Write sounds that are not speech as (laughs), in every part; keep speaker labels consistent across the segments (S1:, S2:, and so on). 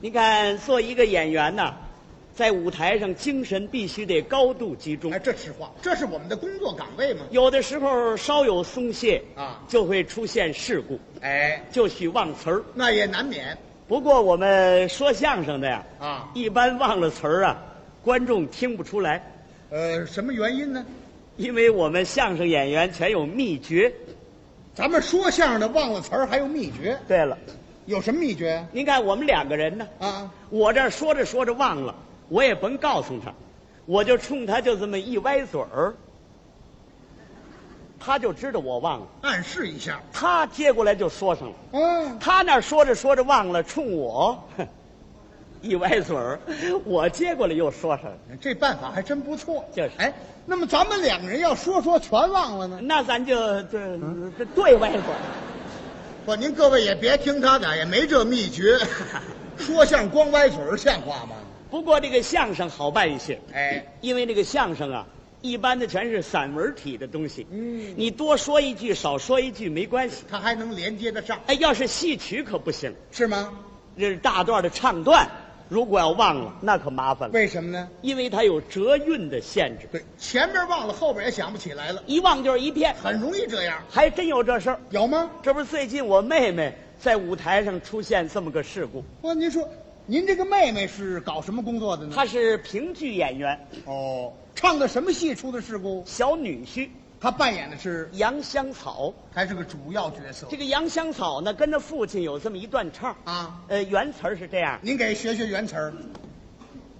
S1: 您看，做一个演员呐、在舞台上精神必须得高度集中
S2: 哎，，这实话，这是我们的工作岗位嘛。
S1: 有的时候稍有松懈
S2: 啊
S1: 就会出现事故，
S2: 哎，
S1: 就许忘词儿。
S2: 那也难免
S1: 不过我们说相声的呀，
S2: 啊。
S1: 一般忘了词儿啊，观众听不出来，
S2: 呃，什么原因呢？
S1: 因为我们相声演员全有秘诀。
S2: 咱们说相声的忘了词儿还有秘诀，
S1: 对了，
S2: 有什么秘诀
S1: 您看我们两个人呢，
S2: 啊？
S1: 我这儿说着说着忘了，我也甭告诉他，我就冲他就这么一歪嘴儿，他就知道我忘了，
S2: 暗示一下
S1: 他接过来就说上了。
S2: 啊。
S1: 他那儿说着说着忘了，冲我 (laughs) 一歪嘴儿，我接过来又说上了。
S2: 这办法还真不错，
S1: 就是
S2: 哎，那么咱们两个人要说说全忘了呢？
S1: 那咱就这这对歪嘴儿，
S2: 不，您各位也别听他的，也没这秘诀。 (laughs) 说相声光歪嘴儿像话吗？
S1: 不过这个相声好办一些，
S2: 哎，
S1: 因为这个相声啊，一般的全是散文体的东西。
S2: 嗯
S1: 你多说一句少说一句没关系。
S2: 他还能连接得上
S1: 哎，要是戏曲可不行，
S2: 是吗？
S1: 这是大段的唱段，如果要忘了，那可麻烦了，
S2: 为什么呢？
S1: 因为它有折韵的限制，
S2: 对，前面忘了，后边也想不起来了，
S1: 一忘就是一片，
S2: 很容易这样，
S1: 还真有这事儿。
S2: 有吗？
S1: 这不是最近我妹妹在舞台上出现这么个事故，
S2: 哇，您说，您这个妹妹是搞什么工作的呢？
S1: 她是评剧演员，
S2: 哦，唱的什么戏出的事故？
S1: 小女婿
S2: 她扮演的是
S1: 杨香草。
S2: 还是个主要角色
S1: 这个杨香草呢，跟着父亲有这么一段唱，
S2: 啊？
S1: 呃，原词儿是这样：
S2: 您给学学原词儿。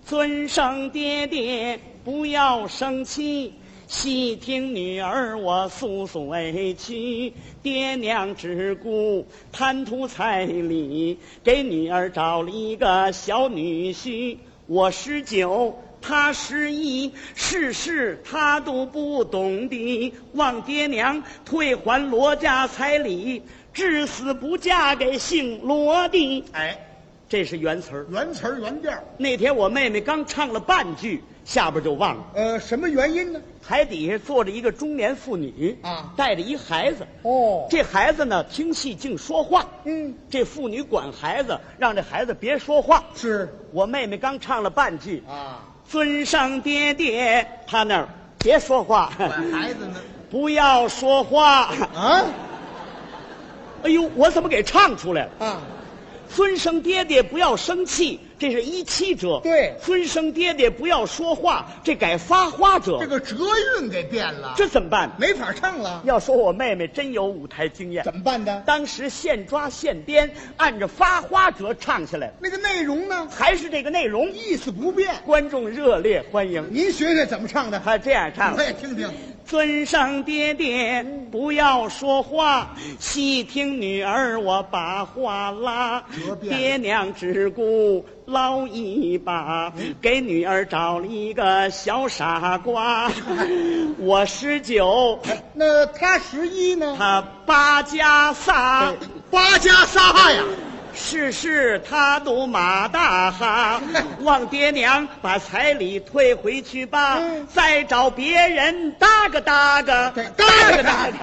S1: 尊生爹爹，不要生气。细听女儿我诉诉委屈，爹娘只顾贪图彩礼，给女儿找了一个小女婿。我十九，他十一，世事他都不懂的，望爹娘退还罗家彩礼，至死不嫁给姓罗的。
S2: 哎，
S1: 这是原词儿。
S2: 原词儿原调儿。
S1: 那天我妹妹刚唱了半句，下边就忘了。
S2: 呃，什么原因呢？
S1: 台底下坐着一个中年妇女
S2: 啊
S1: 带着一孩子。
S2: 哦，
S1: 这孩子呢，听戏净说话。
S2: 嗯，
S1: 这妇女管孩子，让这孩子别说话。
S2: 是
S1: 我妹妹刚唱了半句，
S2: 啊，
S1: 尊上爹爹，她那儿别说话，
S2: 管孩子呢
S1: 不要说话。
S2: 啊
S1: 哎呦，我怎么给唱出来了？
S2: 啊，
S1: 尊生爹爹不要生气，这是一七折。
S2: 对
S1: 尊生爹爹不要说话，这改发花折。
S2: 这个折韵给变了，
S1: 这怎么办？
S2: 没法唱了，
S1: 要说我妹妹真有舞台经验，
S2: 怎么办的？
S1: 当时现抓现编，按着发花折唱下来了，
S2: 那个内容呢？
S1: 还是这个内容，
S2: 意思不变。
S1: 观众热烈欢迎。
S2: 您学学怎么唱的？
S1: 他这样唱
S2: 我。也听听。
S1: 尊上爹爹，不要说话，细听女儿我把话拉
S2: 折。变了
S1: 爹娘只顾捞一把，给女儿找了一个小傻瓜。我十九，
S2: 那他十一呢？
S1: 他八加仨。
S2: 八加仨呀，
S1: 世事他都马大哈，望爹娘把彩礼退回去吧，
S2: 嗯
S1: 再找别人搭个搭个
S2: 对
S1: 搭
S2: 搭
S1: 个搭
S2: 个搭
S1: 个
S2: 个。